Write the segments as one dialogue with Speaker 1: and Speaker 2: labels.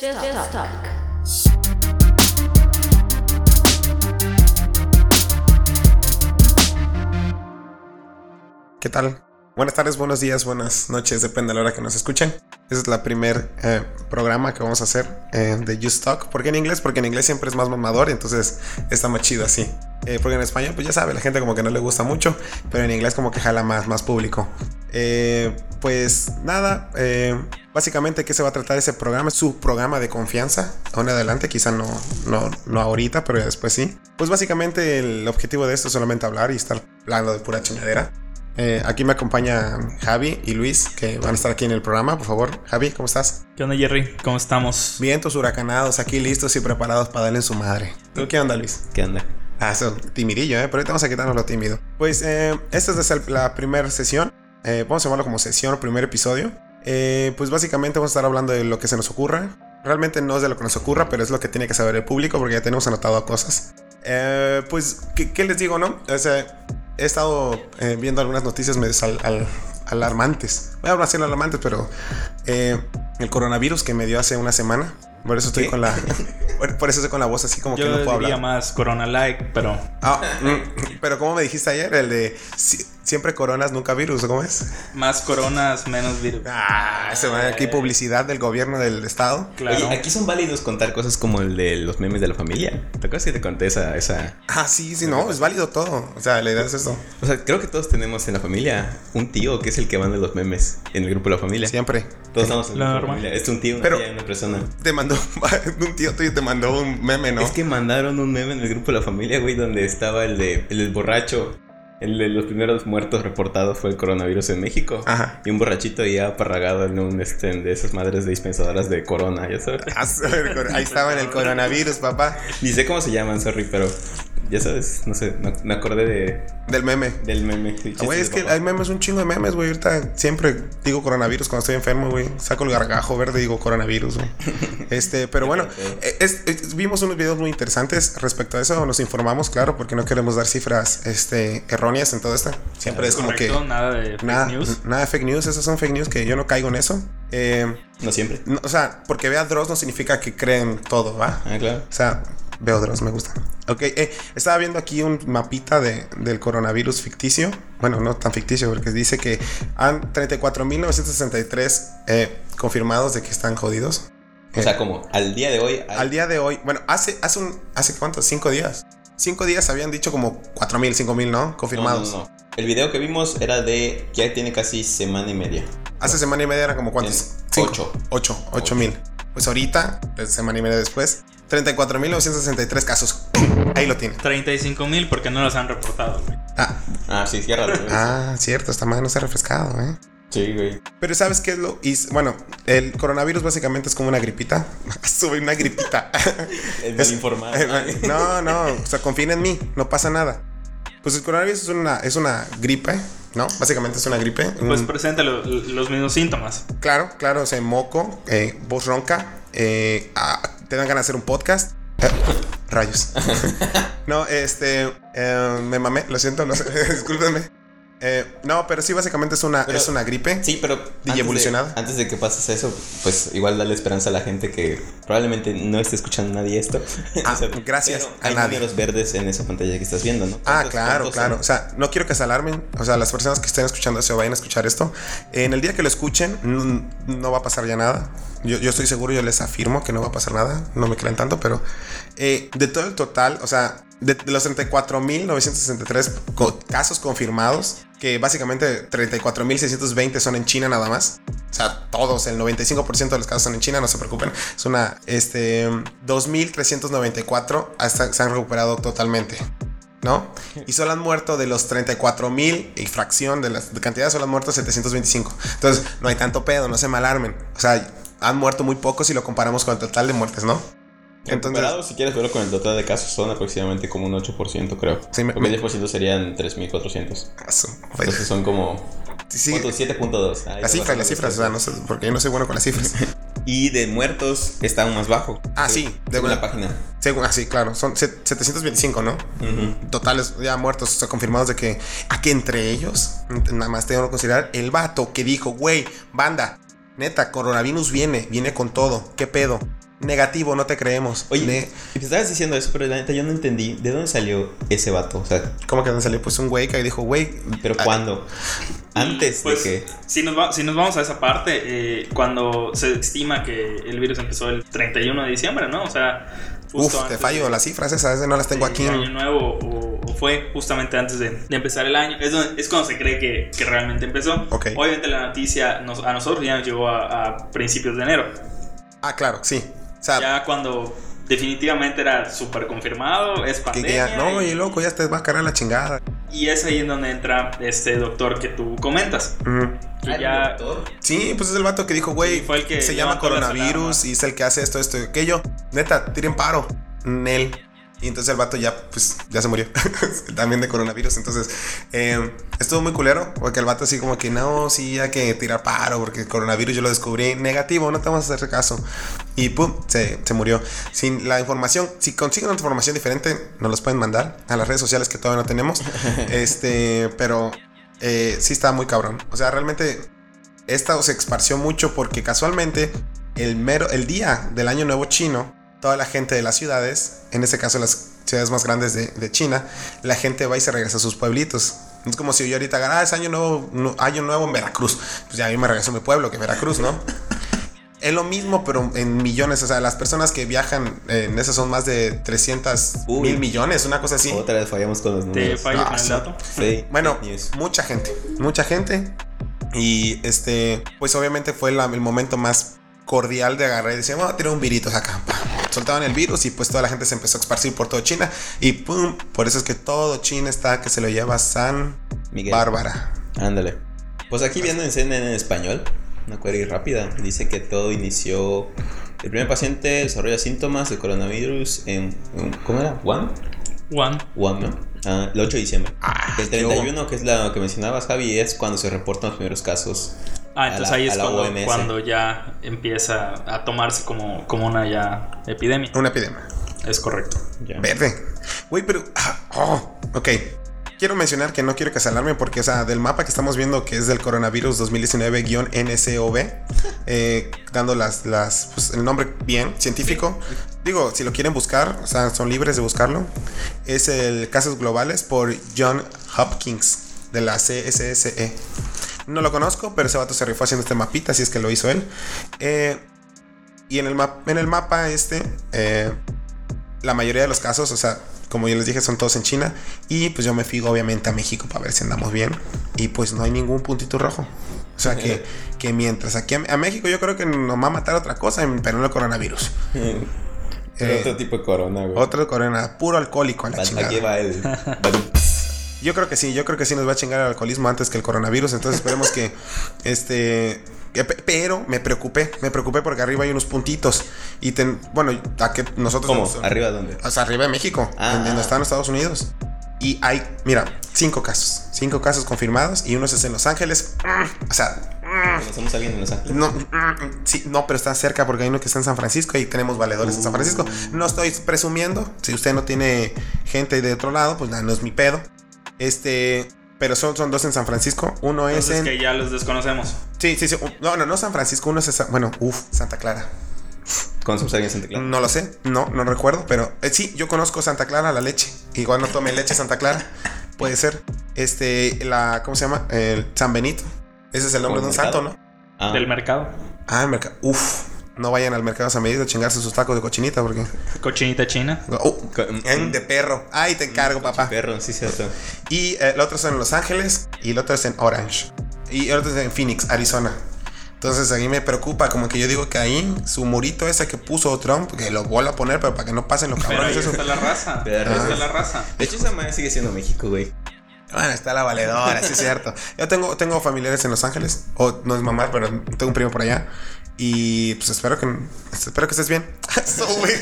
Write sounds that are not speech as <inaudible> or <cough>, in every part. Speaker 1: Just, just talk.
Speaker 2: ¿Qué tal? Buenas tardes, buenos días, buenas noches, depende de la hora que nos escuchen. Este es el primer eh, programa que vamos a hacer eh, de Just Talk. ¿Por qué en inglés? Porque en inglés siempre es más mamador, entonces está más chido así. Eh, porque en español, pues ya sabe, la gente como que no le gusta mucho, pero en inglés como que jala más, más público. Eh, pues nada, eh, básicamente qué se va a tratar ese programa, su programa de confianza. Aún adelante, quizá no, no, no ahorita, pero ya después sí. Pues básicamente el objetivo de esto es solamente hablar y estar hablando de pura chingadera. Eh, aquí me acompañan Javi y Luis, que van a estar aquí en el programa, por favor. Javi, ¿cómo estás?
Speaker 3: ¿Qué onda, Jerry? ¿Cómo estamos?
Speaker 2: Vientos huracanados, aquí listos y preparados para darle en su madre. ¿Tú qué onda, Luis?
Speaker 4: ¿Qué onda?
Speaker 2: Ah, son timidillo, ¿eh? Pero ahorita vamos a quitarnos lo tímido. Pues eh, esta es el- la primera sesión. Eh, vamos a llamarlo como sesión o primer episodio. Eh, pues básicamente vamos a estar hablando de lo que se nos ocurra. Realmente no es de lo que nos ocurra, pero es lo que tiene que saber el público porque ya tenemos anotado cosas. Eh, pues, ¿qué, qué les digo, no? O sea, he estado eh, viendo algunas noticias medio al- al- alarmantes. Voy a hablar así de alarmantes, pero eh, el coronavirus que me dio hace una semana. Por eso estoy
Speaker 4: ¿Qué?
Speaker 2: con la. <laughs> Por, por eso estoy con la voz así como
Speaker 3: Yo
Speaker 2: que no puedo
Speaker 3: diría
Speaker 2: hablar.
Speaker 3: más Corona Like, pero
Speaker 2: Ah, mm, pero como me dijiste ayer, el de si- siempre coronas, nunca virus, ¿cómo es?
Speaker 3: más coronas, menos virus.
Speaker 2: Ah, se va aquí publicidad del gobierno del estado.
Speaker 3: Claro.
Speaker 4: Oye, aquí son válidos contar cosas como el de los memes de la familia. ¿Te acuerdas que te conté esa, esa?
Speaker 2: Ah, sí, sí, no, es válido todo. O sea, la idea es eso.
Speaker 4: O sea, creo que todos tenemos en la familia un tío que es el que manda los memes en el grupo de la familia.
Speaker 2: Siempre.
Speaker 4: Todos estamos en el
Speaker 3: La
Speaker 4: grupo de la
Speaker 3: norma.
Speaker 4: familia. Es un tío, una
Speaker 2: Pero-
Speaker 4: tía, una persona.
Speaker 2: Te mandó <laughs> un tío tuyo, te mandó un meme, ¿no?
Speaker 4: Es que mandaron un meme en el grupo de la familia, güey, donde estaba el de el, del borracho. El de los primeros muertos reportados fue el coronavirus en México.
Speaker 2: Ajá. <laughs>
Speaker 4: Y un borrachito ya aparragado en un este, de esas madres de dispensadoras de corona, ya sabes.
Speaker 2: Ah, su- el cor- Ahí estaba en el coronavirus, papá,
Speaker 4: Ni sé cómo se llaman, sorry, pero ya sabes, no sé, me, me acordé de,
Speaker 2: del meme.
Speaker 4: del meme.
Speaker 2: Ah, Güey, es que hay memes, un chingo de memes, güey. Ahorita siempre digo coronavirus cuando estoy enfermo, güey. Saco el gargajo verde y digo coronavirus, güey. Este, pero bueno, eh, es- es- vimos unos videos muy interesantes respecto a eso. Nos informamos, claro, porque no queremos dar cifras este, erróneas en todo esto. Siempre es como
Speaker 3: Correcto, nada de
Speaker 2: que.
Speaker 3: fake
Speaker 2: Nada,
Speaker 3: news.
Speaker 2: nada de fake news, esas son fake news que yo no caigo en eso. Eh,
Speaker 4: No siempre.
Speaker 2: no, o sea, porque vea Dross no significa que creen todo, ¿va?
Speaker 4: Ah, claro.
Speaker 2: O sea, veo Dross, me gusta. Ok, eh, estaba viendo aquí un mapita de, del coronavirus ficticio. Bueno, no tan ficticio, porque dice que han 34.963 eh, confirmados de que están jodidos.
Speaker 4: O sea, como al día de hoy. hay-
Speaker 2: Al día de hoy, bueno, hace, hace, un, hace cuánto, cinco días. Cinco días habían dicho como 4.000, 5.000, ¿no?
Speaker 4: No,
Speaker 2: Confirmados.
Speaker 4: no, no. El video que vimos era de que ya tiene casi semana y media.
Speaker 2: Hace semana y media eran como cuántos?
Speaker 4: En
Speaker 2: Cinco.
Speaker 4: ocho.
Speaker 2: Ocho, ocho mil. Pues ahorita, pues, semana y media después, 34.963 casos. <clears throat> Ahí lo tiene.
Speaker 3: 35 mil porque no los han reportado. güey.
Speaker 2: Ah,
Speaker 4: Ah, sí, sí, raro. güey.
Speaker 2: ah, cierto, esta madre no se ha refrescado, ¿eh?
Speaker 4: Sí, güey.
Speaker 2: Pero ¿sabes qué es lo? Y, bueno, el coronavirus básicamente es como una gripita. <laughs> Sube una
Speaker 4: <laughs>
Speaker 2: gripita.
Speaker 4: El mal
Speaker 2: Es- eh,
Speaker 4: informado.
Speaker 2: no, no, o sea, confíen en mí, no pasa nada. Pues el coronavirus es una, es una gripe, ¿no? Básicamente es una gripe.
Speaker 3: Pues
Speaker 2: Mm,
Speaker 3: presenta lo- los mismos síntomas.
Speaker 2: claro, claro, o sea, moco, eh, voz ronca, eh, ah, te dan ganas de hacer un podcast. Eh,
Speaker 4: <laughs>
Speaker 2: rayos. no, este, eh, me mamé, lo siento, no sé, <laughs> discúlpenme. Eh, no, pero sí, básicamente es una,
Speaker 4: Pero-
Speaker 2: es una gripe.
Speaker 4: Sí, pero
Speaker 2: ¿Y
Speaker 4: antes de-
Speaker 2: evolucionada?
Speaker 4: antes de que pases a eso, pues igual dale esperanza a la gente que probablemente no esté escuchando nadie esto. <laughs>
Speaker 2: Ah, gracias
Speaker 4: pero
Speaker 2: a
Speaker 4: hay
Speaker 2: nadie.
Speaker 4: números verdes en esa pantalla que estás viendo, ¿no?
Speaker 2: Ah,
Speaker 4: ¿Cuántos-
Speaker 2: claro,
Speaker 4: cuántos
Speaker 2: claro.
Speaker 4: son?
Speaker 2: O sea, no quiero que se alarmen. O sea, las personas que estén escuchando eso vayan a escuchar esto. En el día que lo escuchen, no, no va a pasar ya nada. Yo, yo estoy seguro, yo les afirmo que no va a pasar nada. No me crean tanto, pero eh, de todo el total, o sea, de, de los 34.963 co- casos confirmados, que básicamente 34.620 son en China nada más. O sea, todos, el 95% de los casos son en China, no se preocupen. Es una, este, 2.394 hasta se han recuperado totalmente. ¿no? Y solo han muerto de los 34 mil y fracción de la cantidad, solo han muerto 725. Entonces, no hay tanto pedo, no se me alarmen. O sea, han muerto muy pocos si lo comparamos con el total de muertes, ¿no? Entonces,
Speaker 4: Comparado, si quieres verlo con el total de casos, son aproximadamente como un 8%, creo.
Speaker 2: Sí, me-
Speaker 4: Porque el 10% serían 3.400.
Speaker 2: ah, su-
Speaker 4: Entonces son como...
Speaker 2: sí,
Speaker 4: ¿cuánto? 7.2. Ahí
Speaker 2: las
Speaker 4: te
Speaker 2: cifras,
Speaker 4: vas
Speaker 2: las
Speaker 4: a
Speaker 2: cifras, o sea,
Speaker 4: ver.
Speaker 2: no sé, porque yo no soy bueno con las cifras.
Speaker 4: Y de muertos está aún más bajo.
Speaker 2: Ah, sí, de
Speaker 4: De
Speaker 2: una-
Speaker 4: la página.
Speaker 2: Según, así, claro, son set- 725, ¿no?
Speaker 4: Ujú.
Speaker 2: Totales ya muertos, o sea, confirmados de que aquí entre ellos, nada más tengo que considerar el vato que dijo, güey, banda, neta, coronavirus viene, viene con todo, ¿qué pedo? Negativo, no te creemos.
Speaker 4: Oye,
Speaker 2: Ne-
Speaker 4: y te estabas diciendo eso, pero la neta yo no entendí. ¿De dónde salió ese vato? O sea,
Speaker 2: ¿cómo que no salió? Pues un güey que dijo, güey,
Speaker 4: ¿pero
Speaker 2: ah,
Speaker 4: cuándo? Antes
Speaker 3: Pues,
Speaker 4: de que.
Speaker 3: Si nos, va- si nos vamos a esa parte, eh, cuando se estima que el virus empezó el 31 de diciembre, ¿no? O sea,
Speaker 2: Uf,
Speaker 3: justo antes
Speaker 2: te
Speaker 3: de-
Speaker 2: fallo las cifras esas, esas no las tengo
Speaker 3: de
Speaker 2: aquí.
Speaker 3: Año nuevo o, o fue justamente antes de, de empezar el año. Es, donde- es cuando se cree que, que realmente empezó.
Speaker 2: Ok.
Speaker 3: Obviamente la noticia nos- a nosotros ya nos llegó a, a principios de enero.
Speaker 2: Ah, claro, sí. O sea,
Speaker 3: Ya cuando definitivamente era súper confirmado, es
Speaker 2: que- que
Speaker 3: pandemia.
Speaker 2: ya, no, y loco, ya te vas a cargar la chingada.
Speaker 3: y es ahí en donde entra este doctor que tú comentas.
Speaker 2: Ujú.
Speaker 3: Que ya,
Speaker 2: Sí, pues es el vato que dijo, güey,
Speaker 3: Sí, fue el que
Speaker 2: se llama
Speaker 3: levantó las
Speaker 2: coronavirus
Speaker 3: alarmas.
Speaker 2: y es el que hace esto, esto y aquello. Neta, tiren paro. Nel. Y entonces el vato ya, pues, ya se murió. <laughs> También de coronavirus. Entonces, eh, estuvo muy culero. Porque el vato así como que, no, sí, hay que tirar paro. Porque el coronavirus yo lo descubrí negativo, no te vamos a hacer caso. Y pum, se, se murió. Sin la información, si consiguen una información diferente, nos los pueden mandar a las redes sociales que todavía no tenemos. <laughs> este, pero eh, sí estaba muy cabrón. O sea, realmente esta se esparció mucho porque casualmente el, mero, el día del año nuevo chino, toda la gente de las ciudades, en este caso las ciudades más grandes de, de China, la gente va y se regresa a sus pueblitos. Es como si yo ahorita ganara es año nuevo, nu- año nuevo en Veracruz. Pues ya yo me regreso a mi pueblo, que es Veracruz,
Speaker 4: <laughs>
Speaker 2: ¿no? es lo mismo, pero en millones. O sea, las personas que viajan eh, en esas son más de 300
Speaker 4: Uy.
Speaker 2: mil millones, una cosa así.
Speaker 4: Otra vez fallamos con los
Speaker 3: te
Speaker 4: números.
Speaker 3: fallo
Speaker 2: Ah,
Speaker 3: con el
Speaker 2: sí.
Speaker 3: dato.
Speaker 4: Sí,
Speaker 2: Bueno,
Speaker 4: fake news.
Speaker 2: mucha gente, mucha gente. Y este, pues obviamente fue la- el momento más cordial de agarrar y decir, vamos a tirar un virito acá. Pa. Soltaban el virus y pues toda la gente se empezó a esparcir por todo China. Y pum, por eso es que todo China está que se lo lleva San
Speaker 4: Miguel.
Speaker 2: Bárbara.
Speaker 4: Ándale. Pues aquí viendo en CNN en español, una query rápida, dice que todo inició. El primer paciente desarrolla síntomas de coronavirus en. en- ¿Cómo era? ¿Wuhan?
Speaker 3: Juan.
Speaker 4: Wuhan, ¿no? Ah, el 8 de diciembre.
Speaker 2: Ah,
Speaker 4: El
Speaker 2: qué hubo.
Speaker 4: 31, que es la que mencionabas, Javi, es cuando se reportan los primeros casos.
Speaker 3: Ah,
Speaker 4: A
Speaker 3: entonces
Speaker 4: la-
Speaker 3: ahí
Speaker 4: a
Speaker 3: es
Speaker 4: la
Speaker 3: cuando,
Speaker 4: OMS.
Speaker 3: cuando ya empieza a tomarse como, como una ya epidemia.
Speaker 2: Una epidemia.
Speaker 3: Es correcto.
Speaker 4: Ya.
Speaker 2: Verde. Güey, pero. ah, oh, ok. Quiero mencionar que no quiero casalarme porque, o sea, del mapa que estamos viendo, que es del coronavirus 2019-NCOV, eh, dando las, las, pues, el nombre bien científico. Digo, si lo quieren buscar, o sea, son libres de buscarlo. Es el Casos Globales por John Hopkins de la CSSE. E. No lo conozco, pero ese vato se rifó haciendo este mapita, si es que lo hizo él. Eh, y en el, map- en el mapa este, eh, la mayoría de los casos, o sea, como yo les dije, son todos en China. Y pues yo me fijo obviamente a México para ver si andamos bien. Y pues no hay ningún puntito rojo. O sea
Speaker 4: <laughs>
Speaker 2: que, que mientras aquí a, a México yo creo que nos va a matar otra cosa, pero no el coronavirus.
Speaker 4: Pero
Speaker 2: Eh,
Speaker 4: <laughs> otro tipo de corona, güey.
Speaker 2: otro corona, puro alcohólico a la
Speaker 4: Va-
Speaker 2: chingada.
Speaker 4: Aquí va el. va el-
Speaker 2: <laughs> Yo creo que sí, yo creo que sí nos va a chingar el alcoholismo antes que el coronavirus. Entonces esperemos
Speaker 4: <laughs>
Speaker 2: que este. que pe- Pero me preocupé, me preocupé porque arriba hay unos puntitos. Y ten- bueno, a que nosotros.
Speaker 4: ¿Cómo?
Speaker 2: nos-
Speaker 4: ¿Arriba dónde?
Speaker 2: o sea, arriba de México,
Speaker 4: Ah.
Speaker 2: en en donde están Estados Unidos. Y hay, mira, cinco casos. Cinco casos confirmados y uno es en Los Ángeles. O sea,
Speaker 4: Conocemos a alguien en Los Ángeles.
Speaker 2: Ah. no, sí, no, pero está cerca porque hay uno que está en San Francisco y tenemos valedores en San Francisco. No estoy presumiendo. Si usted no tiene gente de otro lado, pues nada, no es mi pedo. Este, pero son, son dos en San Francisco. Uno
Speaker 3: Entonces
Speaker 2: es en.
Speaker 3: que ya los desconocemos.
Speaker 2: Sí, sí, sí. No, no, no San Francisco. Uno es en. Sa- Bueno, uff, Santa Clara.
Speaker 4: Conocemos a alguien en Santa Clara.
Speaker 2: No lo sé, no, no recuerdo, pero eh, sí, yo conozco Santa Clara, la leche. Igual no tome leche Santa Clara, puede ser. Este, la, ¿cómo se llama? El San Benito. Ese es el nombre de un
Speaker 4: ¿Mercado?
Speaker 2: santo, ¿no?
Speaker 4: Ah,
Speaker 3: Del mercado.
Speaker 2: Ah, el mercado. Uf, no vayan al mercado San Benito a chingarse sus tacos de cochinita porque.
Speaker 3: Cochinita china.
Speaker 2: Oh,
Speaker 4: Co-
Speaker 2: en de perro. Ay, te encargo, papá.
Speaker 4: perro, sí, cierto.
Speaker 2: Y eh, el otro es en Los Ángeles y el otro es en Orange. Y el otro es en Phoenix, Arizona. Entonces a mí me preocupa, como que yo digo que ahí su murito ese que puso Trump, que lo vuelvo a poner, pero para que no pasen los
Speaker 3: Pero ahí
Speaker 2: cabrones. esos.
Speaker 3: está la raza.
Speaker 4: Pero
Speaker 3: Ahí está
Speaker 4: es-
Speaker 3: la raza.
Speaker 4: De hecho, esa madre sigue siendo México, güey.
Speaker 2: Bueno, está la valedora, sí es cierto. Yo tengo, tengo familiares en Los Ángeles, o no es mamá, pero tengo un primo por allá. Y pues espero que espero que estés bien. <laughs> So, güey.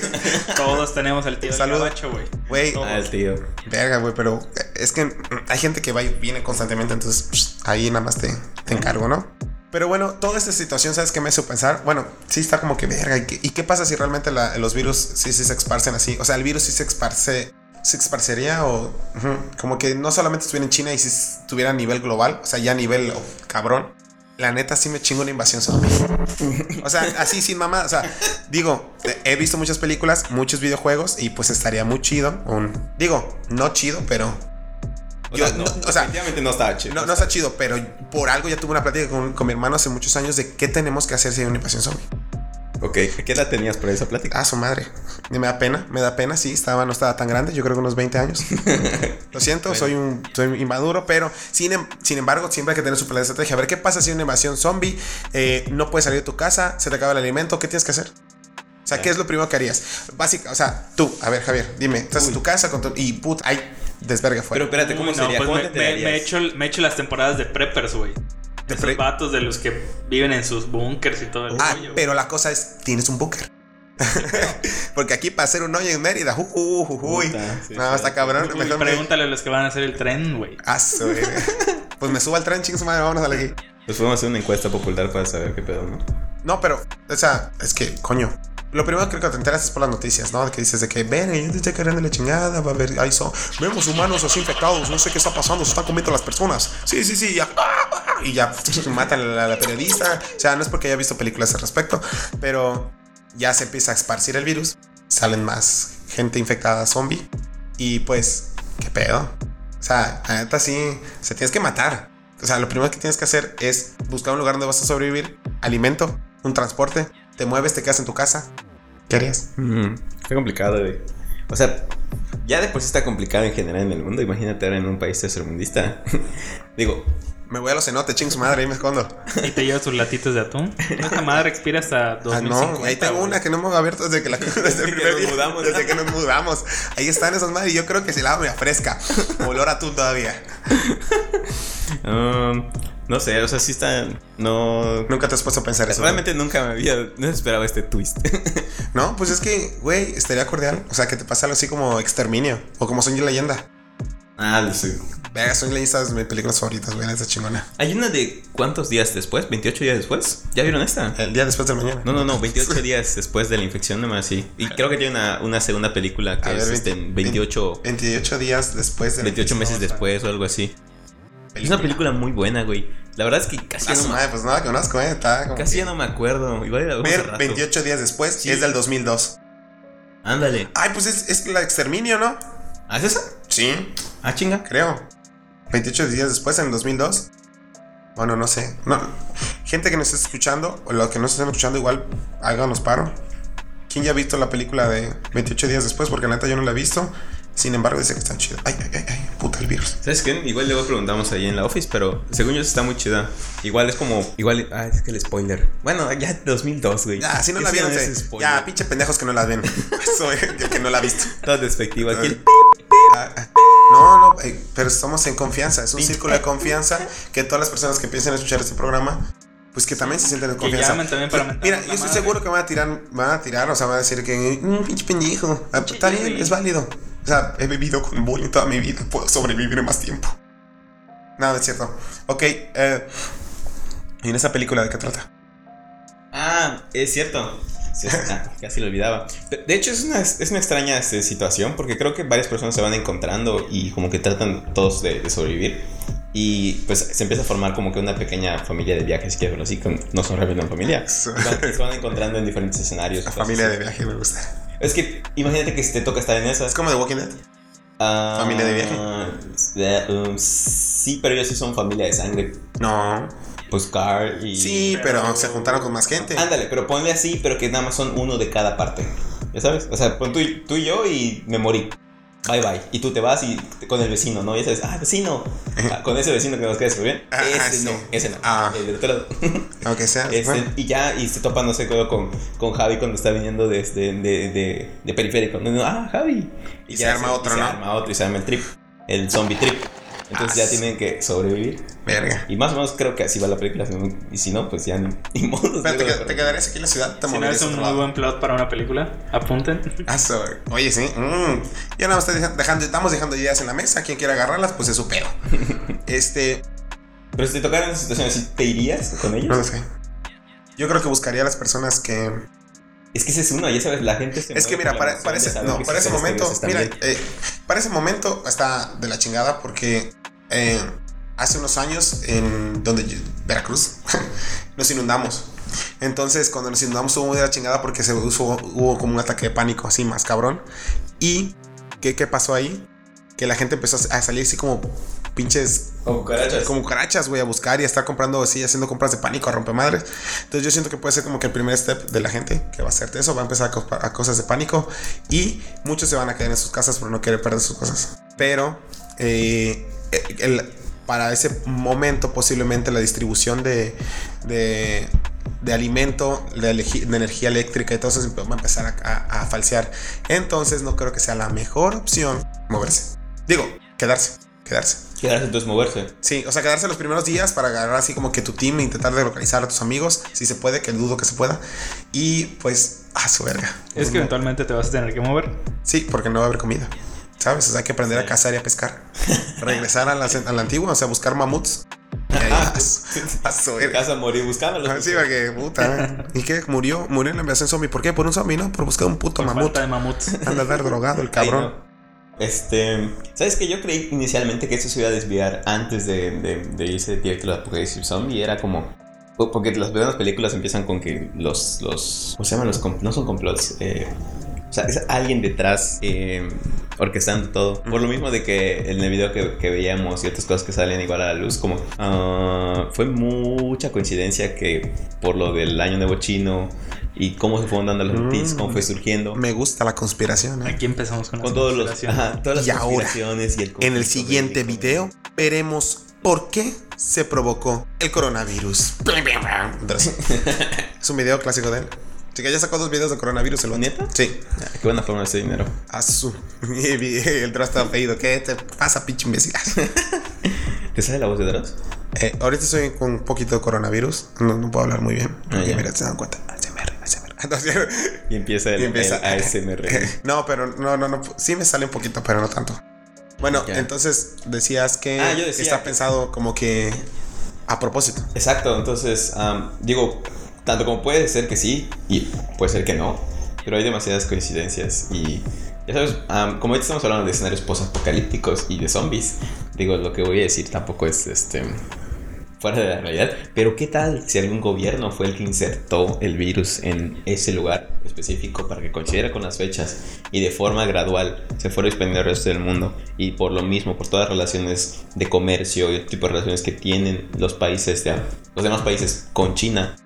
Speaker 3: Todos tenemos el tío del
Speaker 2: Saludo.
Speaker 3: gabacho, güey.
Speaker 2: Güey,
Speaker 3: Todos.
Speaker 4: Ah, el tío.
Speaker 2: verga, güey, pero eh, es que mm, hay gente que va y viene constantemente, entonces psh, ahí nada más te, te encargo, ¿no? Pero bueno, toda esta situación, ¿sabes qué me hizo pensar? Bueno, sí está como que verga. ¿Y qué, y qué pasa si realmente la- los virus sí, sí se esparcen así? O sea, el virus sí se esparce. ¿Se esparcería o ujú, como que no solamente estuviera en China y si estuviera a nivel global, o sea, ya a nivel oh, cabrón? la neta sí me chingo una invasión zombie. O sea, así sin mamá. O sea, digo, he visto muchas películas, muchos videojuegos y pues estaría muy chido. Un, digo, no chido, pero
Speaker 4: O
Speaker 2: Yo-
Speaker 4: sea, no,
Speaker 2: no, o sea,
Speaker 4: definitivamente no está chido.
Speaker 2: no, no está chido. Pero por algo ya tuve una plática con, con mi hermano hace muchos años de qué tenemos que hacer si hay una invasión zombie.
Speaker 4: Ok, ¿qué edad tenías para esa plática?
Speaker 2: Ah, su madre. Y me da pena, me da pena. Sí, estaba, no estaba tan grande. Yo creo que unos 20
Speaker 4: <laughs>
Speaker 2: años. Lo siento, soy un soy inmaduro, pero sin, em- sin embargo, siempre hay que tener su plan de estrategia. A ver qué pasa si hay una invasión zombie, eh, no puedes salir de tu casa, se te acaba el alimento. ¿Qué tienes que hacer? O sea, ¿qué es lo primero que harías? Básica, o sea, tú, a ver, Javier, dime, estás en tu casa con tu- y put, hay desvergue
Speaker 4: Pero
Speaker 2: afuera.
Speaker 4: espérate, ¿cómo
Speaker 3: Uy, no,
Speaker 4: sería?
Speaker 3: pues
Speaker 4: ¿Cómo
Speaker 3: me,
Speaker 4: te
Speaker 3: me-
Speaker 4: darías?
Speaker 3: me he hecho, me he hecho las temporadas de preppers, güey. De
Speaker 2: pre-
Speaker 3: Esos vatos de los que viven en sus bunkers y todo el
Speaker 2: ah,
Speaker 3: rollo.
Speaker 2: pero la cosa es, tienes un
Speaker 4: <laughs>
Speaker 2: búnker. <laughs> Porque aquí para hacer un hoyo en Mérida, ju, ju, ju, ju, uy.
Speaker 4: Puta, sí,
Speaker 2: no, está
Speaker 4: sí.
Speaker 2: cabrón.
Speaker 3: Uy,
Speaker 2: mejor me-
Speaker 3: pregúntale a los que van a hacer el tren, güey.
Speaker 2: Ah, su- Pues me subo al tren, ching su madre, vámonos a aquí.
Speaker 4: Pues podemos hacer una encuesta popular para saber qué pedo, ¿no?
Speaker 2: No, pero, o sea, es que, coño. Lo primero creo que te enteras es por las noticias, ¿no? Que dices de que, ven, yo te estoy cargando la chingada, va a haber, ahí son, vemos humanos así infectados, no sé qué está pasando, se están comiendo las personas. Sí, sí, sí, ya. ah, ah, Y ya <laughs> matan a la, la periodista. O sea, no es porque haya visto películas al respecto, pero ya se empieza a esparcir el virus, salen más gente infectada zombie, y pues, ¿qué pedo? O sea, la neta sí, se tienes que matar. O sea, lo primero que tienes que hacer es buscar un lugar donde vas a sobrevivir, alimento, un transporte, te mueves, te quedas en tu casa. ¿Qué harías?
Speaker 4: Mm, Está complicado, güey. O sea, ya de por sí está complicado en general en el mundo. Imagínate ahora en un país tercermundista. <laughs> Digo,
Speaker 2: Me voy a los cenotes, ching su madre, ahí me escondo.
Speaker 3: Y te llevas tus latitas de atún. Esta madre expira hasta
Speaker 2: Ah,
Speaker 3: 2050.
Speaker 2: no, ahí tengo
Speaker 3: güey.
Speaker 2: una que no hemos abierto desde
Speaker 4: <laughs>
Speaker 2: que, la, <laughs> desde el
Speaker 4: que
Speaker 2: primer
Speaker 4: nos
Speaker 2: día,
Speaker 4: mudamos.
Speaker 2: Desde que nos mudamos. Ahí están esas madres y yo creo que si la hago me
Speaker 4: <laughs>
Speaker 2: fresca. Olor a tú todavía.
Speaker 4: um, no sé, o sea, sí está. No.
Speaker 2: Nunca te has puesto a pensar eso.
Speaker 4: Realmente nunca me había. No esperaba este twist. <laughs>
Speaker 2: No, pues es que, güey, estaría cordial. O sea, que te pase algo así como exterminio o como soy yo leyenda.
Speaker 4: ah, lo sé.
Speaker 2: Verga, soy leyenda es de mis películas favoritas, güey, esta chingona.
Speaker 4: Hay una de. ¿Cuántos días después? ¿28 días después? ¿Ya vieron esta?
Speaker 2: El día después de mañana.
Speaker 4: No, no,
Speaker 2: <laughs>
Speaker 4: no, 28 días después de la infección, nomás sí. Y creo que tiene una, una segunda película que
Speaker 2: Ah. A
Speaker 4: es
Speaker 2: ver,
Speaker 4: este,
Speaker 2: veinte-
Speaker 4: 28,
Speaker 2: 28 días después de
Speaker 4: 28 meses después o algo así. Es una película muy buena, güey. La verdad es que casi
Speaker 2: Ah,
Speaker 4: no
Speaker 2: su
Speaker 4: me-
Speaker 2: madre, pues nada, conozco, eh. Está como
Speaker 4: Casi
Speaker 2: que-
Speaker 4: ya no me acuerdo. Igual la veo hace
Speaker 2: Ver
Speaker 4: rato.
Speaker 2: 28 días después
Speaker 4: Sí.
Speaker 2: es del 2002.
Speaker 4: Ándale.
Speaker 2: Ay, pues es, es la exterminio, ¿no?
Speaker 4: ¿Haz esa?
Speaker 2: Sí,
Speaker 4: Ah, chinga.
Speaker 2: creo. 28 días después, en 2002. Bueno, no sé. No. Gente que nos está escuchando, o los que nos están escuchando, igual háganos paro. ¿Quién ya ha visto la película de 28 días después? Porque la neta yo no la he visto. Sin embargo, dice que está chida. Ay, ay, ay, ay, puta el virus.
Speaker 4: ¿Sabes qué? Igual luego preguntamos ahí en la office, pero según yo está muy chida. Igual es como. Igual. Ah, es que el spoiler. Bueno, ya 2002, güey.
Speaker 2: Ya,
Speaker 4: <laughs>
Speaker 2: si Ah, no la
Speaker 4: Eso
Speaker 2: vieron,
Speaker 4: es
Speaker 2: se-
Speaker 4: spoiler.
Speaker 2: ya, pinche pendejos que no la ven. Eso es, el que no la ha visto.
Speaker 4: Toda despectiva Pues aquí.
Speaker 2: Ah, ah. No, no, eh, pero estamos en confianza. Es un círculo de confianza que todas las personas que empiecen a escuchar este programa, pues que también se sienten en
Speaker 3: Que
Speaker 2: confianza.
Speaker 3: llamen también para mentarnos
Speaker 2: Mira,
Speaker 3: la
Speaker 2: yo estoy
Speaker 3: madre.
Speaker 2: seguro que van a tirar, van a tirar, o sea, van a decir que un pinche pendejo. Ah, Está bien, es válido. O sea, he vivido con bullying toda mi vida, puedo sobrevivir más tiempo. Nada, es cierto. Ok, eh, ¿y en esa película de qué trata?
Speaker 4: Ah, es cierto. Sí, es- ah, casi lo olvidaba. Pero, De hecho, es una, es una extraña este, situación porque creo que varias personas se van encontrando y como que tratan todos de, de sobrevivir. Y pues se empieza a formar como que una pequeña familia de viajes, que así, con, no son realmente una familia.
Speaker 2: Sí.
Speaker 4: Y
Speaker 2: <laughs>
Speaker 4: van- se van encontrando en diferentes escenarios.
Speaker 2: La
Speaker 4: cosas
Speaker 2: familia
Speaker 4: así.
Speaker 2: de viaje me gusta.
Speaker 4: Es que imagínate que si te toca estar en esas.
Speaker 2: Es como de Walking Dead.
Speaker 4: Ah,
Speaker 2: ¿Familia de viaje?
Speaker 4: eh, um, sí, pero ellos sí son familia de sangre.
Speaker 2: No.
Speaker 4: Pues Carl y.
Speaker 2: Sí, pero se juntaron con más gente.
Speaker 4: Ándale, pero ponle así, pero que nada más son uno de cada parte. ¿Ya sabes? O sea, pon tú, y- tú y yo y me morí. Bye bye. Y tú te vas y te- con el vecino, ¿no? Ya sabes, ah,
Speaker 2: <laughs>
Speaker 4: vecino. Ah, con ese vecino que nos queda súper bien.
Speaker 2: Ah,
Speaker 4: ese
Speaker 2: sí.
Speaker 4: no, ese no.
Speaker 2: Ah.
Speaker 4: El del otro lado.
Speaker 2: Aunque sea.
Speaker 4: Este,
Speaker 2: Ah, bueno.
Speaker 4: Y ya, y se topa, no sé, creo, con, con Javi cuando está viniendo de, este- de, de- de periférico. No, no, ah, Javi.
Speaker 2: Y se arma otro,
Speaker 4: y se
Speaker 2: ¿no?
Speaker 4: arma otro y se arma el trip. El zombie trip. Entonces
Speaker 2: Ah,
Speaker 4: ya
Speaker 2: sí.
Speaker 4: tienen que sobrevivir.
Speaker 2: Verga.
Speaker 4: Y más o menos creo que así va la película. si no- Y si no, pues ya ni, <laughs> ni modo.
Speaker 2: Pero te, qued- te quedarías aquí en la ciudad, te
Speaker 3: Este. Si no
Speaker 2: moverías
Speaker 3: es
Speaker 2: a
Speaker 3: un
Speaker 2: otro
Speaker 3: muy
Speaker 2: lado.
Speaker 3: buen plot para una película, apunten.
Speaker 2: Ah, so- Oye, sí. mm. Ya nada más estoy deja- dejando, estamos dejando ideas en la mesa. Quien quiera agarrarlas, pues es
Speaker 3: <laughs>
Speaker 2: su pedo. este,
Speaker 4: Pero si te tocaran esa situación así, ¿te irías con ellos?
Speaker 2: no lo sé. Yo creo que buscaría a las personas que.
Speaker 4: Es que ese es uno, ya sabes, la gente se
Speaker 2: Es que mira,
Speaker 4: mueve por
Speaker 2: para,
Speaker 4: la emoción
Speaker 2: para
Speaker 4: de
Speaker 2: ese,
Speaker 4: saber
Speaker 2: no,
Speaker 4: que
Speaker 2: para ese
Speaker 4: sus seres
Speaker 2: momento, eh,
Speaker 4: queridos están
Speaker 2: mira,
Speaker 4: bien.
Speaker 2: eh, para ese momento está de la chingada porque eh, hace unos años en donde yo- Veracruz <laughs> nos inundamos. Entonces, cuando nos inundamos, hubo de la chingada porque se hubo, hubo como un ataque de pánico, así más cabrón. ¿Y qué, qué pasó ahí? Que la gente empezó a salir así como pinches
Speaker 4: Como cucarachas.
Speaker 2: como cucarachas, güey, a buscar y a estar comprando así, haciendo compras de pánico, a rompemadres. Entonces yo siento que puede ser como que el primer step de la gente que va a hacerte eso, va a empezar a, comprar a cosas de pánico y muchos se van a quedar en sus casas por no querer perder sus cosas. Pero eh, el- para ese momento posiblemente la distribución de, de, de alimento, de, elegi- de energía eléctrica y todo eso va a empezar a- a- a falsear. Entonces no creo que sea la mejor opción moverse. Digo, quedarse, quedarse.
Speaker 4: Quedarse entonces moverse. <laughs>
Speaker 2: Sí, o sea, quedarse los primeros días para agarrar así como que tu team e intentar de localizar a tus amigos, si se puede, que dudo que se pueda. Y pues, a su verga. Pues,
Speaker 3: Es que eventualmente te vas a tener que mover.
Speaker 2: Sí, porque no va a haber comida. ¿Sabes? O sea, hay que aprender a cazar y a pescar.
Speaker 3: <laughs>
Speaker 2: Regresar a la, a la antigua, o sea, buscar mamuts. Y ahí <laughs>
Speaker 3: Ah.
Speaker 2: vas. A su verga. Ah,
Speaker 4: Casa morir buscándolo.
Speaker 2: Sí, porque puta. ¿Y qué? Murió, murió en la invasión zombie. ¿Por qué? Por un zombie, ¿no? Por buscar un puto
Speaker 3: Por
Speaker 2: mamut.
Speaker 3: falta de mamut.
Speaker 2: Anda a dar drogado el
Speaker 4: Ay,
Speaker 2: cabrón.
Speaker 4: no. Este, ¿sabes que Yo creí inicialmente que esto se iba a desviar antes de, de- de irse directo al apocalipsis zombie. Era como. o- Porque las primeras películas empiezan con que los. los ¿Cómo se llaman los com- No son complots. eh, o sea, es alguien detrás eh, orquestando todo. Por lo mismo de que en el video que, que veíamos y otras cosas que salen igual a la luz, como. ah, fue mucha coincidencia que por lo del año nuevo chino y cómo se fueron dando las noticias, cómo
Speaker 2: Mm.
Speaker 4: fue surgiendo.
Speaker 2: Me gusta la conspiración. ¿eh?
Speaker 3: Aquí empezamos con, las
Speaker 4: Con todos los,
Speaker 3: conspiraciones.
Speaker 4: ajá, todas las
Speaker 2: Y ahora,
Speaker 4: conspiraciones y el
Speaker 2: En
Speaker 4: conflicto
Speaker 2: el siguiente
Speaker 4: bélico.
Speaker 2: video veremos por qué se provocó el
Speaker 4: <laughs>
Speaker 2: coronavirus. Es un video clásico de él. Así que ya sacó dos videos de coronavirus el vato.
Speaker 4: ¿Neta?
Speaker 2: Sí.
Speaker 4: Ah, Qué buena forma de hacer dinero.
Speaker 2: A su. <laughs> El Dross está pedido. ¿Qué te pasa, pinche imbécil? <laughs>
Speaker 4: ¿Te sale la voz de Dross?
Speaker 2: Eh, ahorita estoy con un poquito de coronavirus. No, no puedo hablar muy bien.
Speaker 4: Ah, ya.
Speaker 2: Mira, se dan cuenta. ASMR, ASMR. <laughs> Entonces,
Speaker 4: Y empieza el,
Speaker 2: Y empieza-
Speaker 4: el ASMR.
Speaker 2: <laughs> no, pero no, no, no. Sí me sale un poquito, pero no tanto. Bueno,
Speaker 4: Ya.
Speaker 2: entonces decías que
Speaker 4: Ah, yo decía
Speaker 2: está
Speaker 4: que-
Speaker 2: pensado como que a propósito.
Speaker 4: Exacto, entonces, am, digo, tanto como puede ser que sí y puede ser que no, pero hay demasiadas coincidencias y, ya sabes, am, como ahorita estamos hablando de escenarios posapocalípticos y de zombies, digo, lo que voy a decir tampoco es, este, fuera de la realidad, pero ¿qué tal si algún gobierno fue el que insertó el virus en ese lugar específico para que coincidiera con las fechas y de forma gradual se fuera expandiendo al resto del mundo y por lo mismo, por todas las relaciones de comercio y otro tipo de relaciones que tienen los países, de, los demás países con China,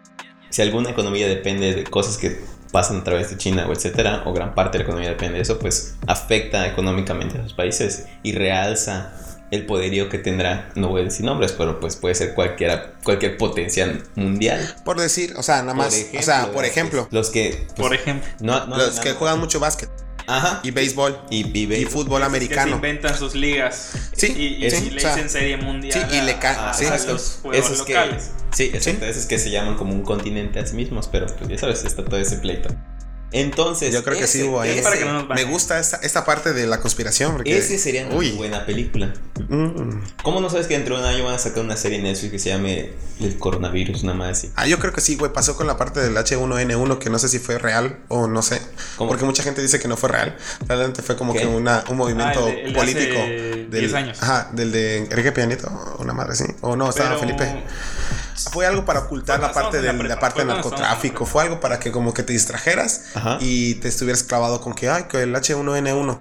Speaker 4: si alguna economía depende de cosas que pasan a través de China o etcétera, o gran parte de la economía depende de eso, pues afecta económicamente a esos países y realza el poderío que tendrá, no voy a decir nombres, pero pues puede ser cualquiera, cualquier potencia mundial.
Speaker 2: Por decir, o sea, nada más. o sea, por
Speaker 4: los que-
Speaker 2: ejemplo,
Speaker 4: Los que... pues,
Speaker 3: Por ejemplo.
Speaker 4: no, no-
Speaker 2: los
Speaker 4: no-
Speaker 2: que juegan mucho básquet
Speaker 4: Ajá.
Speaker 2: y béisbol
Speaker 4: Y, y
Speaker 2: y,
Speaker 4: ve-
Speaker 2: fútbol
Speaker 3: Que se
Speaker 2: americano.
Speaker 3: inventan sus ligas.
Speaker 2: Sí,
Speaker 3: Y, y-
Speaker 2: sí,
Speaker 3: y le
Speaker 2: o sea,
Speaker 3: dicen serie mundial.
Speaker 2: sí, y le ca-
Speaker 3: a,
Speaker 2: sí,
Speaker 3: a
Speaker 2: exacto.
Speaker 3: los juegos
Speaker 4: Esos que,
Speaker 3: locales.
Speaker 4: sí, exacto, esos que se llaman como un continente a sí mismos, pero pues ya sabes, está todo ese pleito. Entonces,
Speaker 2: Yo creo que sí
Speaker 4: ese-
Speaker 2: hubo ahí.
Speaker 3: Es para que no nos
Speaker 2: Me
Speaker 3: banen.
Speaker 2: gusta esta, esta parte de la conspiración. Porque,
Speaker 4: Ese sería una
Speaker 2: Uy.
Speaker 4: buena película.
Speaker 2: Mm.
Speaker 4: ¿Cómo no sabes que dentro de un año van a sacar una serie en Netflix que se llame El coronavirus, nada más así?
Speaker 2: Ah, yo creo que sí, güey. Pasó con la parte del H1N1 que no sé si fue real o no sé.
Speaker 4: ¿Cómo?
Speaker 2: Porque mucha gente dice que no fue real. Realmente fue como
Speaker 4: ¿Qué?
Speaker 2: que una, un movimiento
Speaker 3: Ah, el de- el de
Speaker 2: político.
Speaker 3: hace 10 años.
Speaker 2: Ajá, del de Enrique Pianito, una madre, sí. O no, estaba
Speaker 3: Pero-
Speaker 2: Felipe. Fue algo para ocultar
Speaker 3: Cuando
Speaker 2: la parte
Speaker 3: estábamos en
Speaker 2: de
Speaker 3: la prepa,
Speaker 2: la, parte del
Speaker 3: cuando estábamos en la
Speaker 2: narcotráfico.
Speaker 3: prepa.
Speaker 2: Fue algo para que como que te distrajeras
Speaker 4: Ajá.
Speaker 2: y te estuvieras clavado con que, ay, que el H1N1.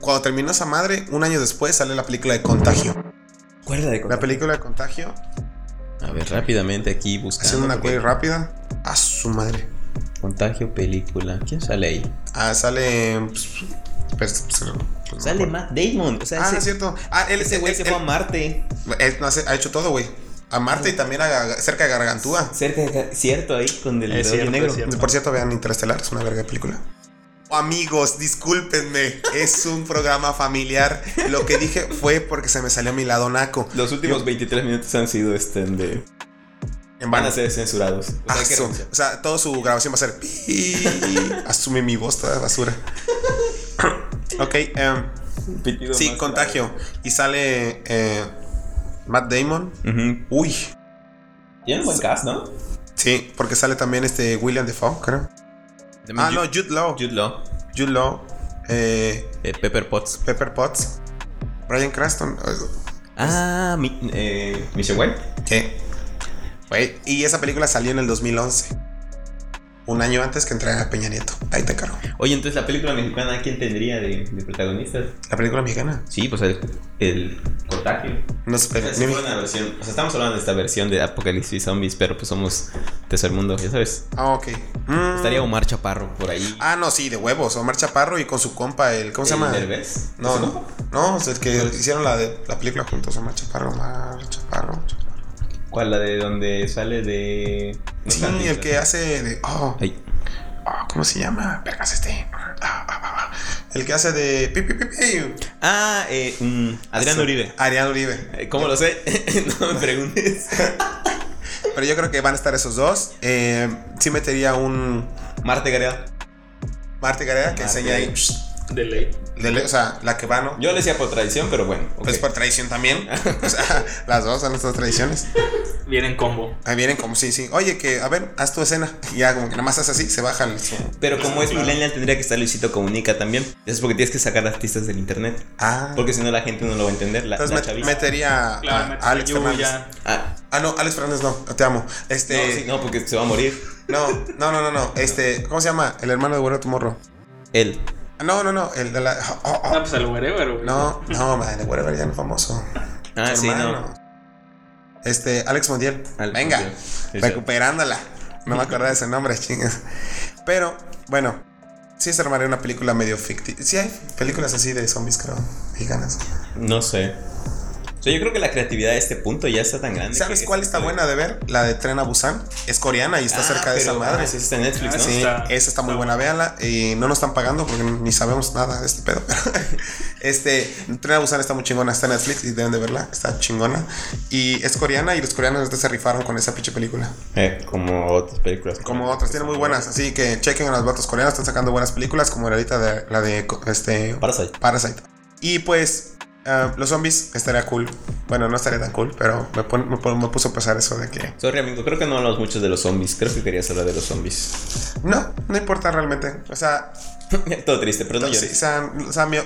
Speaker 2: Cuando terminó esa madre, un año después sale la película de Contagio.
Speaker 4: Cuerda de
Speaker 2: La película de Contagio,
Speaker 4: A ver, rápidamente aquí buscando.
Speaker 2: haciendo una
Speaker 4: porque-
Speaker 2: query rápida, a su madre.
Speaker 4: Contagio, película. ¿Quién sale ahí?
Speaker 2: Ah, sale. pues, pues, pues, no me
Speaker 4: Sale
Speaker 2: acuerdo.
Speaker 4: Matt Damon. O sea,
Speaker 2: Ah,
Speaker 4: ese,
Speaker 2: no es cierto. Ah, él,
Speaker 4: ese güey se fue a Marte.
Speaker 2: ha hecho todo, güey. A Marte y también a Ga- cerca de Gargantúa.
Speaker 4: Cerca de acá, cierto, ahí con el
Speaker 3: Es
Speaker 4: dedo
Speaker 3: cierto,
Speaker 4: negro.
Speaker 3: es cierto.
Speaker 2: Por cierto, vean Interestelar, es una verga de película. Amigos, discúlpenme. es un programa familiar. Lo que dije fue porque se me salió mi lado naco.
Speaker 4: Los últimos 23 minutos han sido este de.
Speaker 2: En
Speaker 4: Van
Speaker 2: vano.
Speaker 4: a ser censurados. O sea,
Speaker 2: Ah,
Speaker 4: hay que
Speaker 2: su-
Speaker 4: renunciar.
Speaker 2: o sea, toda su grabación va a ser. pi. Asume mi voz toda basura. ok, em,
Speaker 4: Pitido
Speaker 2: sí,
Speaker 4: más
Speaker 2: contagio. Y sale eh, Matt Damon.
Speaker 4: grave. Ujú.
Speaker 2: Uy,
Speaker 4: Tiene un buen cast, ¿no?
Speaker 2: Sí, porque sale también este William Defoe, creo. Ah, no,
Speaker 4: Jude,
Speaker 2: Jude Law. Jude,
Speaker 4: Jude Law,
Speaker 2: Law, eh,
Speaker 4: eh, Pepper Potts.
Speaker 2: Pepper Potts, Brian Cranston. eh,
Speaker 4: Ah, mi, eh, Mr. White.
Speaker 2: Sí. Güey, y esa película salió en el 2011. Un año antes que entrara Peña Nieto. Ahí te cargo.
Speaker 4: Oye, entonces la película mexicana, ¿quién tendría de, de protagonistas?
Speaker 2: La película mexicana.
Speaker 4: Sí, pues el, el Contagio.
Speaker 2: No sé,
Speaker 4: O sea, sí
Speaker 2: ni-
Speaker 4: fue una versión- o sea, estamos hablando de esta versión de Apocalipsis Zombies, pero pues somos tercer mundo, ya sabes.
Speaker 2: Ah, ok. Mm.
Speaker 4: Estaría Omar Chaparro por ahí.
Speaker 2: Ah, no, sí, de huevos. Omar Chaparro y con su compa, el. ¿Cómo se llama?
Speaker 4: Derbez.
Speaker 2: No,
Speaker 4: ¿Su
Speaker 2: no.
Speaker 4: compa?
Speaker 2: No, es el que hicieron la, de, la película juntos. Omar Chaparro, Omar Chaparro.
Speaker 4: ¿Cuál? La de donde sale de. no
Speaker 2: Sí,
Speaker 4: Atlantis,
Speaker 2: el que
Speaker 4: ¿no?
Speaker 2: hace de. Oh,
Speaker 4: Ay,
Speaker 2: oh, ¿cómo se llama? Vergas este. Ah, ah, ah, ah. El que hace de. pi, pi, pi, pi.
Speaker 4: Ah, eh, mm, Adrián Uribe.
Speaker 2: Adrián Uribe.
Speaker 4: Eh, ¿Cómo lo sé? <laughs> no me preguntes.
Speaker 2: Pero yo creo que van a estar esos dos. Eh, sí metería un
Speaker 4: Marte Garea.
Speaker 2: Marte Garea que
Speaker 4: Marte.
Speaker 2: enseña ahí.
Speaker 3: De ley.
Speaker 2: de le- o sea, la que va, ¿no?
Speaker 4: Yo le decía por tradición, pero bueno. ok.
Speaker 2: Pues por traición
Speaker 4: <laughs>
Speaker 2: también. O sea, las dos son nuestras tradiciones.
Speaker 3: Viene en combo.
Speaker 2: Ahí vienen como, sí, sí. Oye, que, a ver, haz tu escena. Y ya como que nada más haces así, se baja el...
Speaker 4: Pero como es
Speaker 3: Claro.
Speaker 4: millennial, tendría que estar Luisito Comunica también. Eso es porque tienes que sacar artistas del internet.
Speaker 2: Ah.
Speaker 4: Porque si no, la gente no lo va a entender. La,
Speaker 2: Entonces
Speaker 4: la
Speaker 2: met-
Speaker 4: chaviza.
Speaker 2: metería a,
Speaker 3: Claro,
Speaker 2: a
Speaker 3: metes
Speaker 2: Ah, Alex
Speaker 3: a Yu,
Speaker 2: Fernández.
Speaker 3: ya.
Speaker 4: Ah,
Speaker 2: Ah, no, Alex Fernández no, te amo.
Speaker 4: no, sí,
Speaker 2: Este...
Speaker 4: no, porque se va a morir.
Speaker 2: No, no, no, no, no. Este, ¿cómo se llama? El hermano de Güero Tomorro.
Speaker 4: Él.
Speaker 2: Ah, No, no, no. El de la... oh, oh, oh.
Speaker 3: Ah, pues el whatever, güey.
Speaker 2: No, no, madre, Güero ya no es famoso.
Speaker 4: Ah, sí, no.
Speaker 2: hermano. Este, Alex Montiel.
Speaker 4: Al-
Speaker 2: Venga,
Speaker 4: sí, sí.
Speaker 2: recuperándola. No me acordaba de ese nombre, chingas. Pero, bueno, sí se armaría una película medio ficticia. Sí hay películas así de zombies, creo, mexicanas.
Speaker 4: No sé. O sea, yo creo que la creatividad a este punto ya está tan grande.
Speaker 2: ¿Sabes
Speaker 4: que-
Speaker 2: cuál está buena de ver? La de Tren a Busan. Es coreana y está
Speaker 4: Ah,
Speaker 2: cerca de esa
Speaker 4: pero,
Speaker 2: madre.
Speaker 4: ah, sí, está en Netflix,
Speaker 3: Ah,
Speaker 4: ¿no?
Speaker 2: Sí,
Speaker 3: Está-
Speaker 2: esa está muy
Speaker 3: está
Speaker 2: buena, véanla. Y no nos están pagando porque ni sabemos nada de este pedo. Pero <laughs> este, Tren a Busan está muy chingona, está en Netflix y deben de verla, está chingona. Y es coreana y los coreanos ahorita se rifaron con esa pinche película.
Speaker 4: Eh, como otras películas.
Speaker 2: Como otras, tienen muy buenas, así que chequen a los vatos coreanos, están sacando buenas películas, como la ahorita de la de co- este
Speaker 4: Parasite.
Speaker 2: Parasite. Y pues, ah, los zombies estaría cool. Bueno, no estaría tan cool, pero me, pon- me pon- me puso a pasar eso de que.
Speaker 4: Sorry, amigo, creo que no hablamos mucho de los zombies. Creo que querías hablar de los zombies. <laughs>
Speaker 2: No, no importa realmente. O sea,
Speaker 4: Todo triste, pero no
Speaker 2: sí,
Speaker 4: llores.
Speaker 2: o sea, o sea, mi,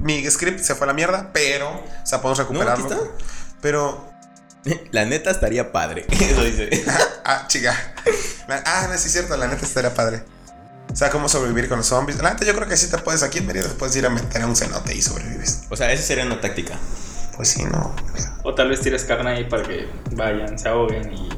Speaker 2: mi script se fue a la mierda, pero, o sea, podemos recuperarlo.
Speaker 4: aquí está.
Speaker 2: Pero,
Speaker 4: <laughs> La neta estaría padre. <laughs> Eso dice.
Speaker 2: ah, chica. La- ah, no, sí es cierto, la neta estaría padre. O sea, cómo sobrevivir con los zombies. La neta, yo creo que sí te puedes aquí en Mérida, te puedes ir a meter a un cenote y sobrevives.
Speaker 4: O sea, esa sería una táctica.
Speaker 2: Pues sí, no.
Speaker 3: O tal vez tires carne ahí para que vayan, se ahoguen y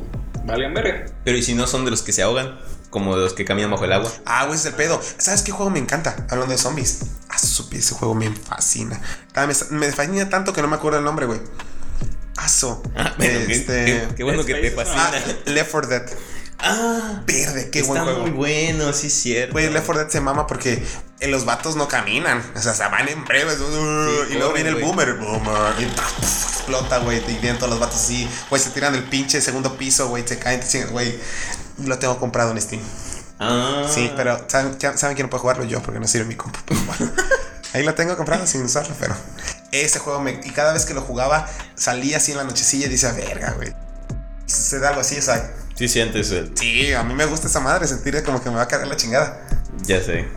Speaker 3: valgan verga.
Speaker 4: Pero ¿y si no son de los que se ahogan? Como de los que caminan bajo el agua. <laughs>
Speaker 2: Ah, güey, ese es el pedo. ¿Sabes qué juego me encanta? Hablando de zombies. Ah, su pie, ese juego me fascina. Ah, me, me fascina tanto que no me acuerdo el nombre, güey. Aso. Este,
Speaker 4: Ah, bueno, qué- qué, qué bueno que te
Speaker 3: Space
Speaker 4: fascina.
Speaker 2: ah, Left 4 Dead.
Speaker 4: Ah,
Speaker 2: Verde, qué
Speaker 4: está
Speaker 2: buen juego.
Speaker 4: muy bueno, sí, es cierto.
Speaker 2: Güey, Left 4 Dead se mama porque eh, los vatos no caminan. O sea, se van en breve. y luego
Speaker 4: corren,
Speaker 2: viene el
Speaker 4: güey.
Speaker 2: boomer. Boomer. Y ta, puf, explota, güey. Y vienen todos los vatos así. Güey, se tiran del pinche segundo piso, güey. Se caen. te chingan, Güey, lo tengo comprado en Steam.
Speaker 4: Ah,
Speaker 2: Sí, pero ¿saben, ya- ¿saben quién no puede jugarlo? Yo, porque no sirve mi compu. pero bueno. Ahí lo tengo comprado sin usarlo, pero ese juego me. Y cada vez que lo jugaba, salía así en la nochecilla y decía, verga, güey. Se da algo así, o sea,
Speaker 4: Sí eh, sientes el...
Speaker 2: sí, a mí me gusta esa madre, sentir como que me va a cargar la chingada. <laughs>
Speaker 4: Ya sé.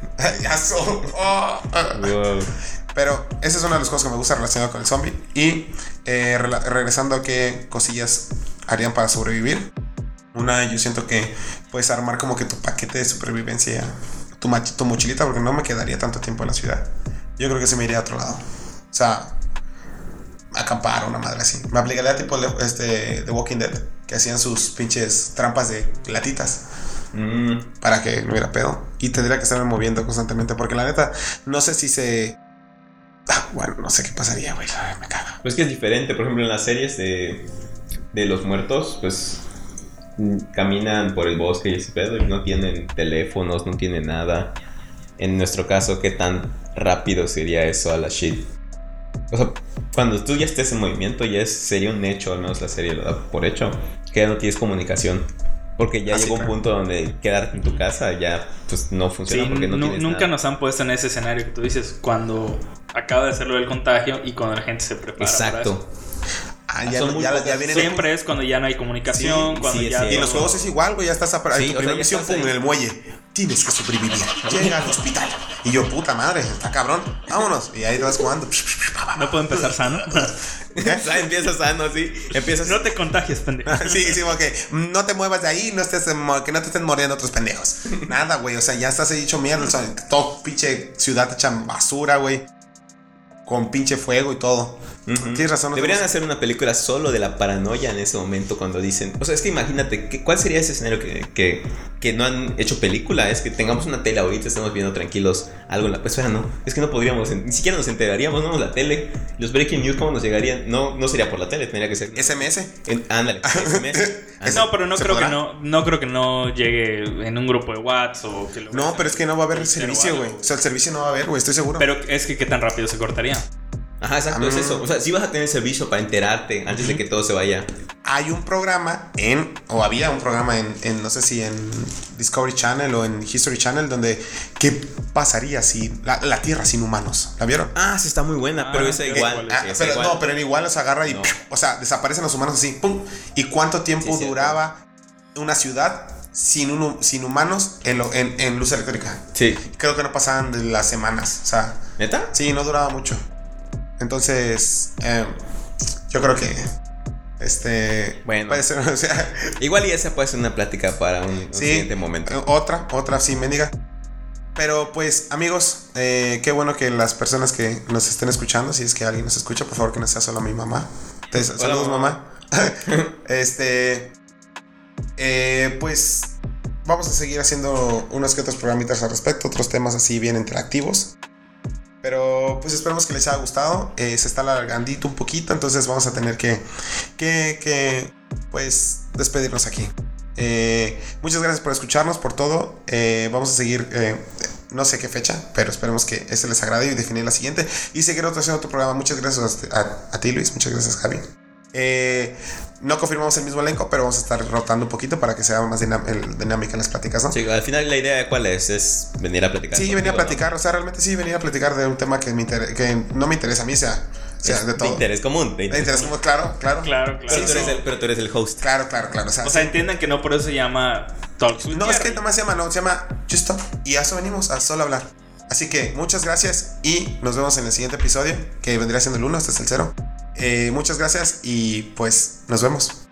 Speaker 2: Ya son- oh, ah.
Speaker 4: Wow.
Speaker 2: Pero ese es uno de los juegos que me gusta relacionado con el zombie. Y eh, rela- regresando a qué cosillas harían para sobrevivir. Una, yo siento que puedes armar como que tu paquete de supervivencia, tu, mach- tu mochilita, porque no me quedaría tanto tiempo en la ciudad. Yo creo que se me iría a otro lado. O sea, acampar o una madre así. Me aplicaría tipo le- este, The Walking Dead, que hacían sus pinches trampas de latitas
Speaker 4: Mm,
Speaker 2: para que no hubiera pedo. Y tendría que estarme moviendo constantemente, porque la neta, no sé si se. Ah, bueno, no sé qué pasaría, güey. Ay, Me caga.
Speaker 4: Pues que es diferente, por ejemplo, en las series de, de los muertos, pues mm, caminan por el bosque y ese pedo y no tienen teléfonos, no tienen nada. En nuestro caso, ¿qué tan rápido sería eso a la shit? O sea, cuando tú ya estés en movimiento, ya es- sería un hecho, al menos la serie lo da por hecho, que ya no tienes comunicación. Porque ya
Speaker 2: Ah, sí,
Speaker 4: llegó
Speaker 2: claro.
Speaker 4: un punto donde quedarte en tu casa ya pues no funciona
Speaker 3: Sí,
Speaker 4: porque no
Speaker 3: nu-
Speaker 4: tienes
Speaker 3: nunca
Speaker 4: nada.
Speaker 3: nos han puesto en ese escenario que tú dices cuando acaba de hacerlo el contagio y cuando la gente se prepara. para eso.
Speaker 4: <laughs> Exacto.
Speaker 2: Ah, ya,
Speaker 4: Son muy
Speaker 2: ya,
Speaker 4: pocas-
Speaker 2: ya vienen.
Speaker 3: Siempre es cuando ya no hay comunicación,
Speaker 4: Sí,
Speaker 3: cuando
Speaker 4: sí, es
Speaker 3: ya.
Speaker 4: cierto.
Speaker 2: Y en los juegos es igual, güey. Ya estás a, en tu
Speaker 4: Sí, o sea,
Speaker 2: primera
Speaker 4: ya
Speaker 2: misión,
Speaker 4: estás
Speaker 2: pum,
Speaker 4: ahí.
Speaker 2: en el muelle. Tienes que sobrevivir. Llega al hospital. Y yo, puta madre, está cabrón, vámonos. Y ahí te vas
Speaker 4: <laughs>
Speaker 2: jugando.
Speaker 3: No puedo empezar
Speaker 2: <laughs>
Speaker 3: sano.
Speaker 4: empiezas sano así. Empiezas.
Speaker 3: No te contagies, pendejo.
Speaker 2: <laughs> Sí, sí, ok. No te muevas de ahí, no estés, en mo- que no te estén mordiendo
Speaker 3: <laughs>
Speaker 2: otros pendejos. Nada, güey. O sea, ya estás ahí hecho mierda. O sea, todo pinche ciudad hecha basura, güey. Con pinche fuego y todo. Tienes razón. no
Speaker 4: Deberían
Speaker 2: tenemos-
Speaker 4: hacer una película solo de la paranoia en ese momento cuando dicen. O sea, es que imagínate, ¿qué- ¿cuál sería ese escenario que, que, que no han hecho película? Es que tengamos una tele ahorita, estamos viendo tranquilos algo en la. Pues espera, no. Es que no podríamos, ni siquiera nos enteraríamos, no vemos la tele. Los breaking news, ¿cómo nos llegarían? No, no sería por la tele, tendría que ser.
Speaker 2: SMS.
Speaker 4: en- <laughs> ándale, SMS. ándale.
Speaker 3: No, pero no
Speaker 2: ¿Se
Speaker 3: creo
Speaker 2: podrá?
Speaker 3: que no, no creo que no llegue en un grupo de WhatsApp o que lo
Speaker 2: No, pero es que no va a haber
Speaker 3: Pero
Speaker 2: servicio,
Speaker 3: algo.
Speaker 2: güey. O sea, el servicio no va a haber, güey, estoy seguro.
Speaker 3: Pero es que qué tan rápido se cortaría.
Speaker 4: Ajá, exacto, es
Speaker 2: Ah.
Speaker 4: eso. O sea, sí vas a tener servicio para enterarte antes de que todo se vaya.
Speaker 2: hay un programa en, o había un programa en, en, no sé si en Discovery Channel o en History Channel, donde qué pasaría si la, la Tierra sin humanos. ¿La vieron?
Speaker 4: Ah, sí, está muy buena,
Speaker 3: Ah,
Speaker 4: pero esa
Speaker 3: sí,
Speaker 4: igual.
Speaker 3: igual,
Speaker 2: Ah,
Speaker 4: sí, esa
Speaker 2: pero
Speaker 4: igual.
Speaker 2: no, pero en igual los agarra y,
Speaker 4: No.
Speaker 2: o sea, desaparecen los humanos así, pum. ¿Y cuánto
Speaker 4: Sí,
Speaker 2: tiempo
Speaker 4: es cierto.
Speaker 2: duraba una ciudad sin, un hu- sin humanos en, lo- en, en luz eléctrica?
Speaker 4: Sí.
Speaker 2: Creo que no pasaban de las semanas, o sea,
Speaker 4: ¿Neta?
Speaker 2: sí, no duraba mucho. Entonces, eh, yo creo que, este,
Speaker 4: Bueno.
Speaker 2: puede ser, <laughs> o sea,
Speaker 4: Igual y esa puede ser una plática para un, un siguiente momento.
Speaker 2: eh, Otra, otra, sí, mendiga. Pero pues, amigos, eh, qué bueno que las personas que nos estén escuchando, si es que alguien nos escucha, por favor que no sea solo mi mamá. Entonces,
Speaker 4: Hola,
Speaker 2: saludos,
Speaker 4: mamá.
Speaker 2: mamá.
Speaker 4: <laughs>
Speaker 2: este, eh, pues, vamos a seguir haciendo unos que otros programitas al respecto, otros temas así bien interactivos. Pero pues esperemos que les haya gustado. Eh, se está alargandito un poquito, entonces vamos a tener que, que, que pues, despedirnos aquí. Eh, muchas gracias por escucharnos, por todo. Eh, vamos a seguir, eh, no sé qué fecha, pero esperemos que este les agrade y definir la siguiente. Y seguir otro, haciendo otro programa. Muchas gracias a, a- a ti, Luis. Muchas gracias, Javi. Eh, no confirmamos el mismo elenco, pero vamos a estar rotando un poquito para que sea más dinam- el- dinámica en las pláticas, ¿no?
Speaker 4: Sí, al final la idea cuál es, es venir a platicar.
Speaker 2: Sí,
Speaker 4: contigo,
Speaker 2: venía a
Speaker 4: ¿no?
Speaker 2: platicar, o sea, realmente sí, venía a platicar de un tema que, me inter- que no me interesa a mí, o sea, o sea,
Speaker 4: Es
Speaker 2: de todo.
Speaker 4: interés común. de
Speaker 2: De
Speaker 4: interés
Speaker 2: interés
Speaker 4: común.
Speaker 2: como, claro,
Speaker 3: Claro,
Speaker 2: claro.
Speaker 3: claro.
Speaker 4: Pero, tú
Speaker 2: Sí,
Speaker 4: eres
Speaker 2: sí.
Speaker 4: el, pero tú eres el host.
Speaker 2: Claro, claro, claro. O sea,
Speaker 3: O sea,
Speaker 2: sí.
Speaker 3: entiendan que no por eso se llama Talks with
Speaker 2: no es que
Speaker 3: Jerry.
Speaker 2: nada más se llama, no, se llama Just Talk. Y a eso venimos, a solo hablar. Así que muchas gracias y nos vemos en el Eh, siguiente episodio, que vendría siendo el 1, este es el 0. muchas gracias y pues nos vemos.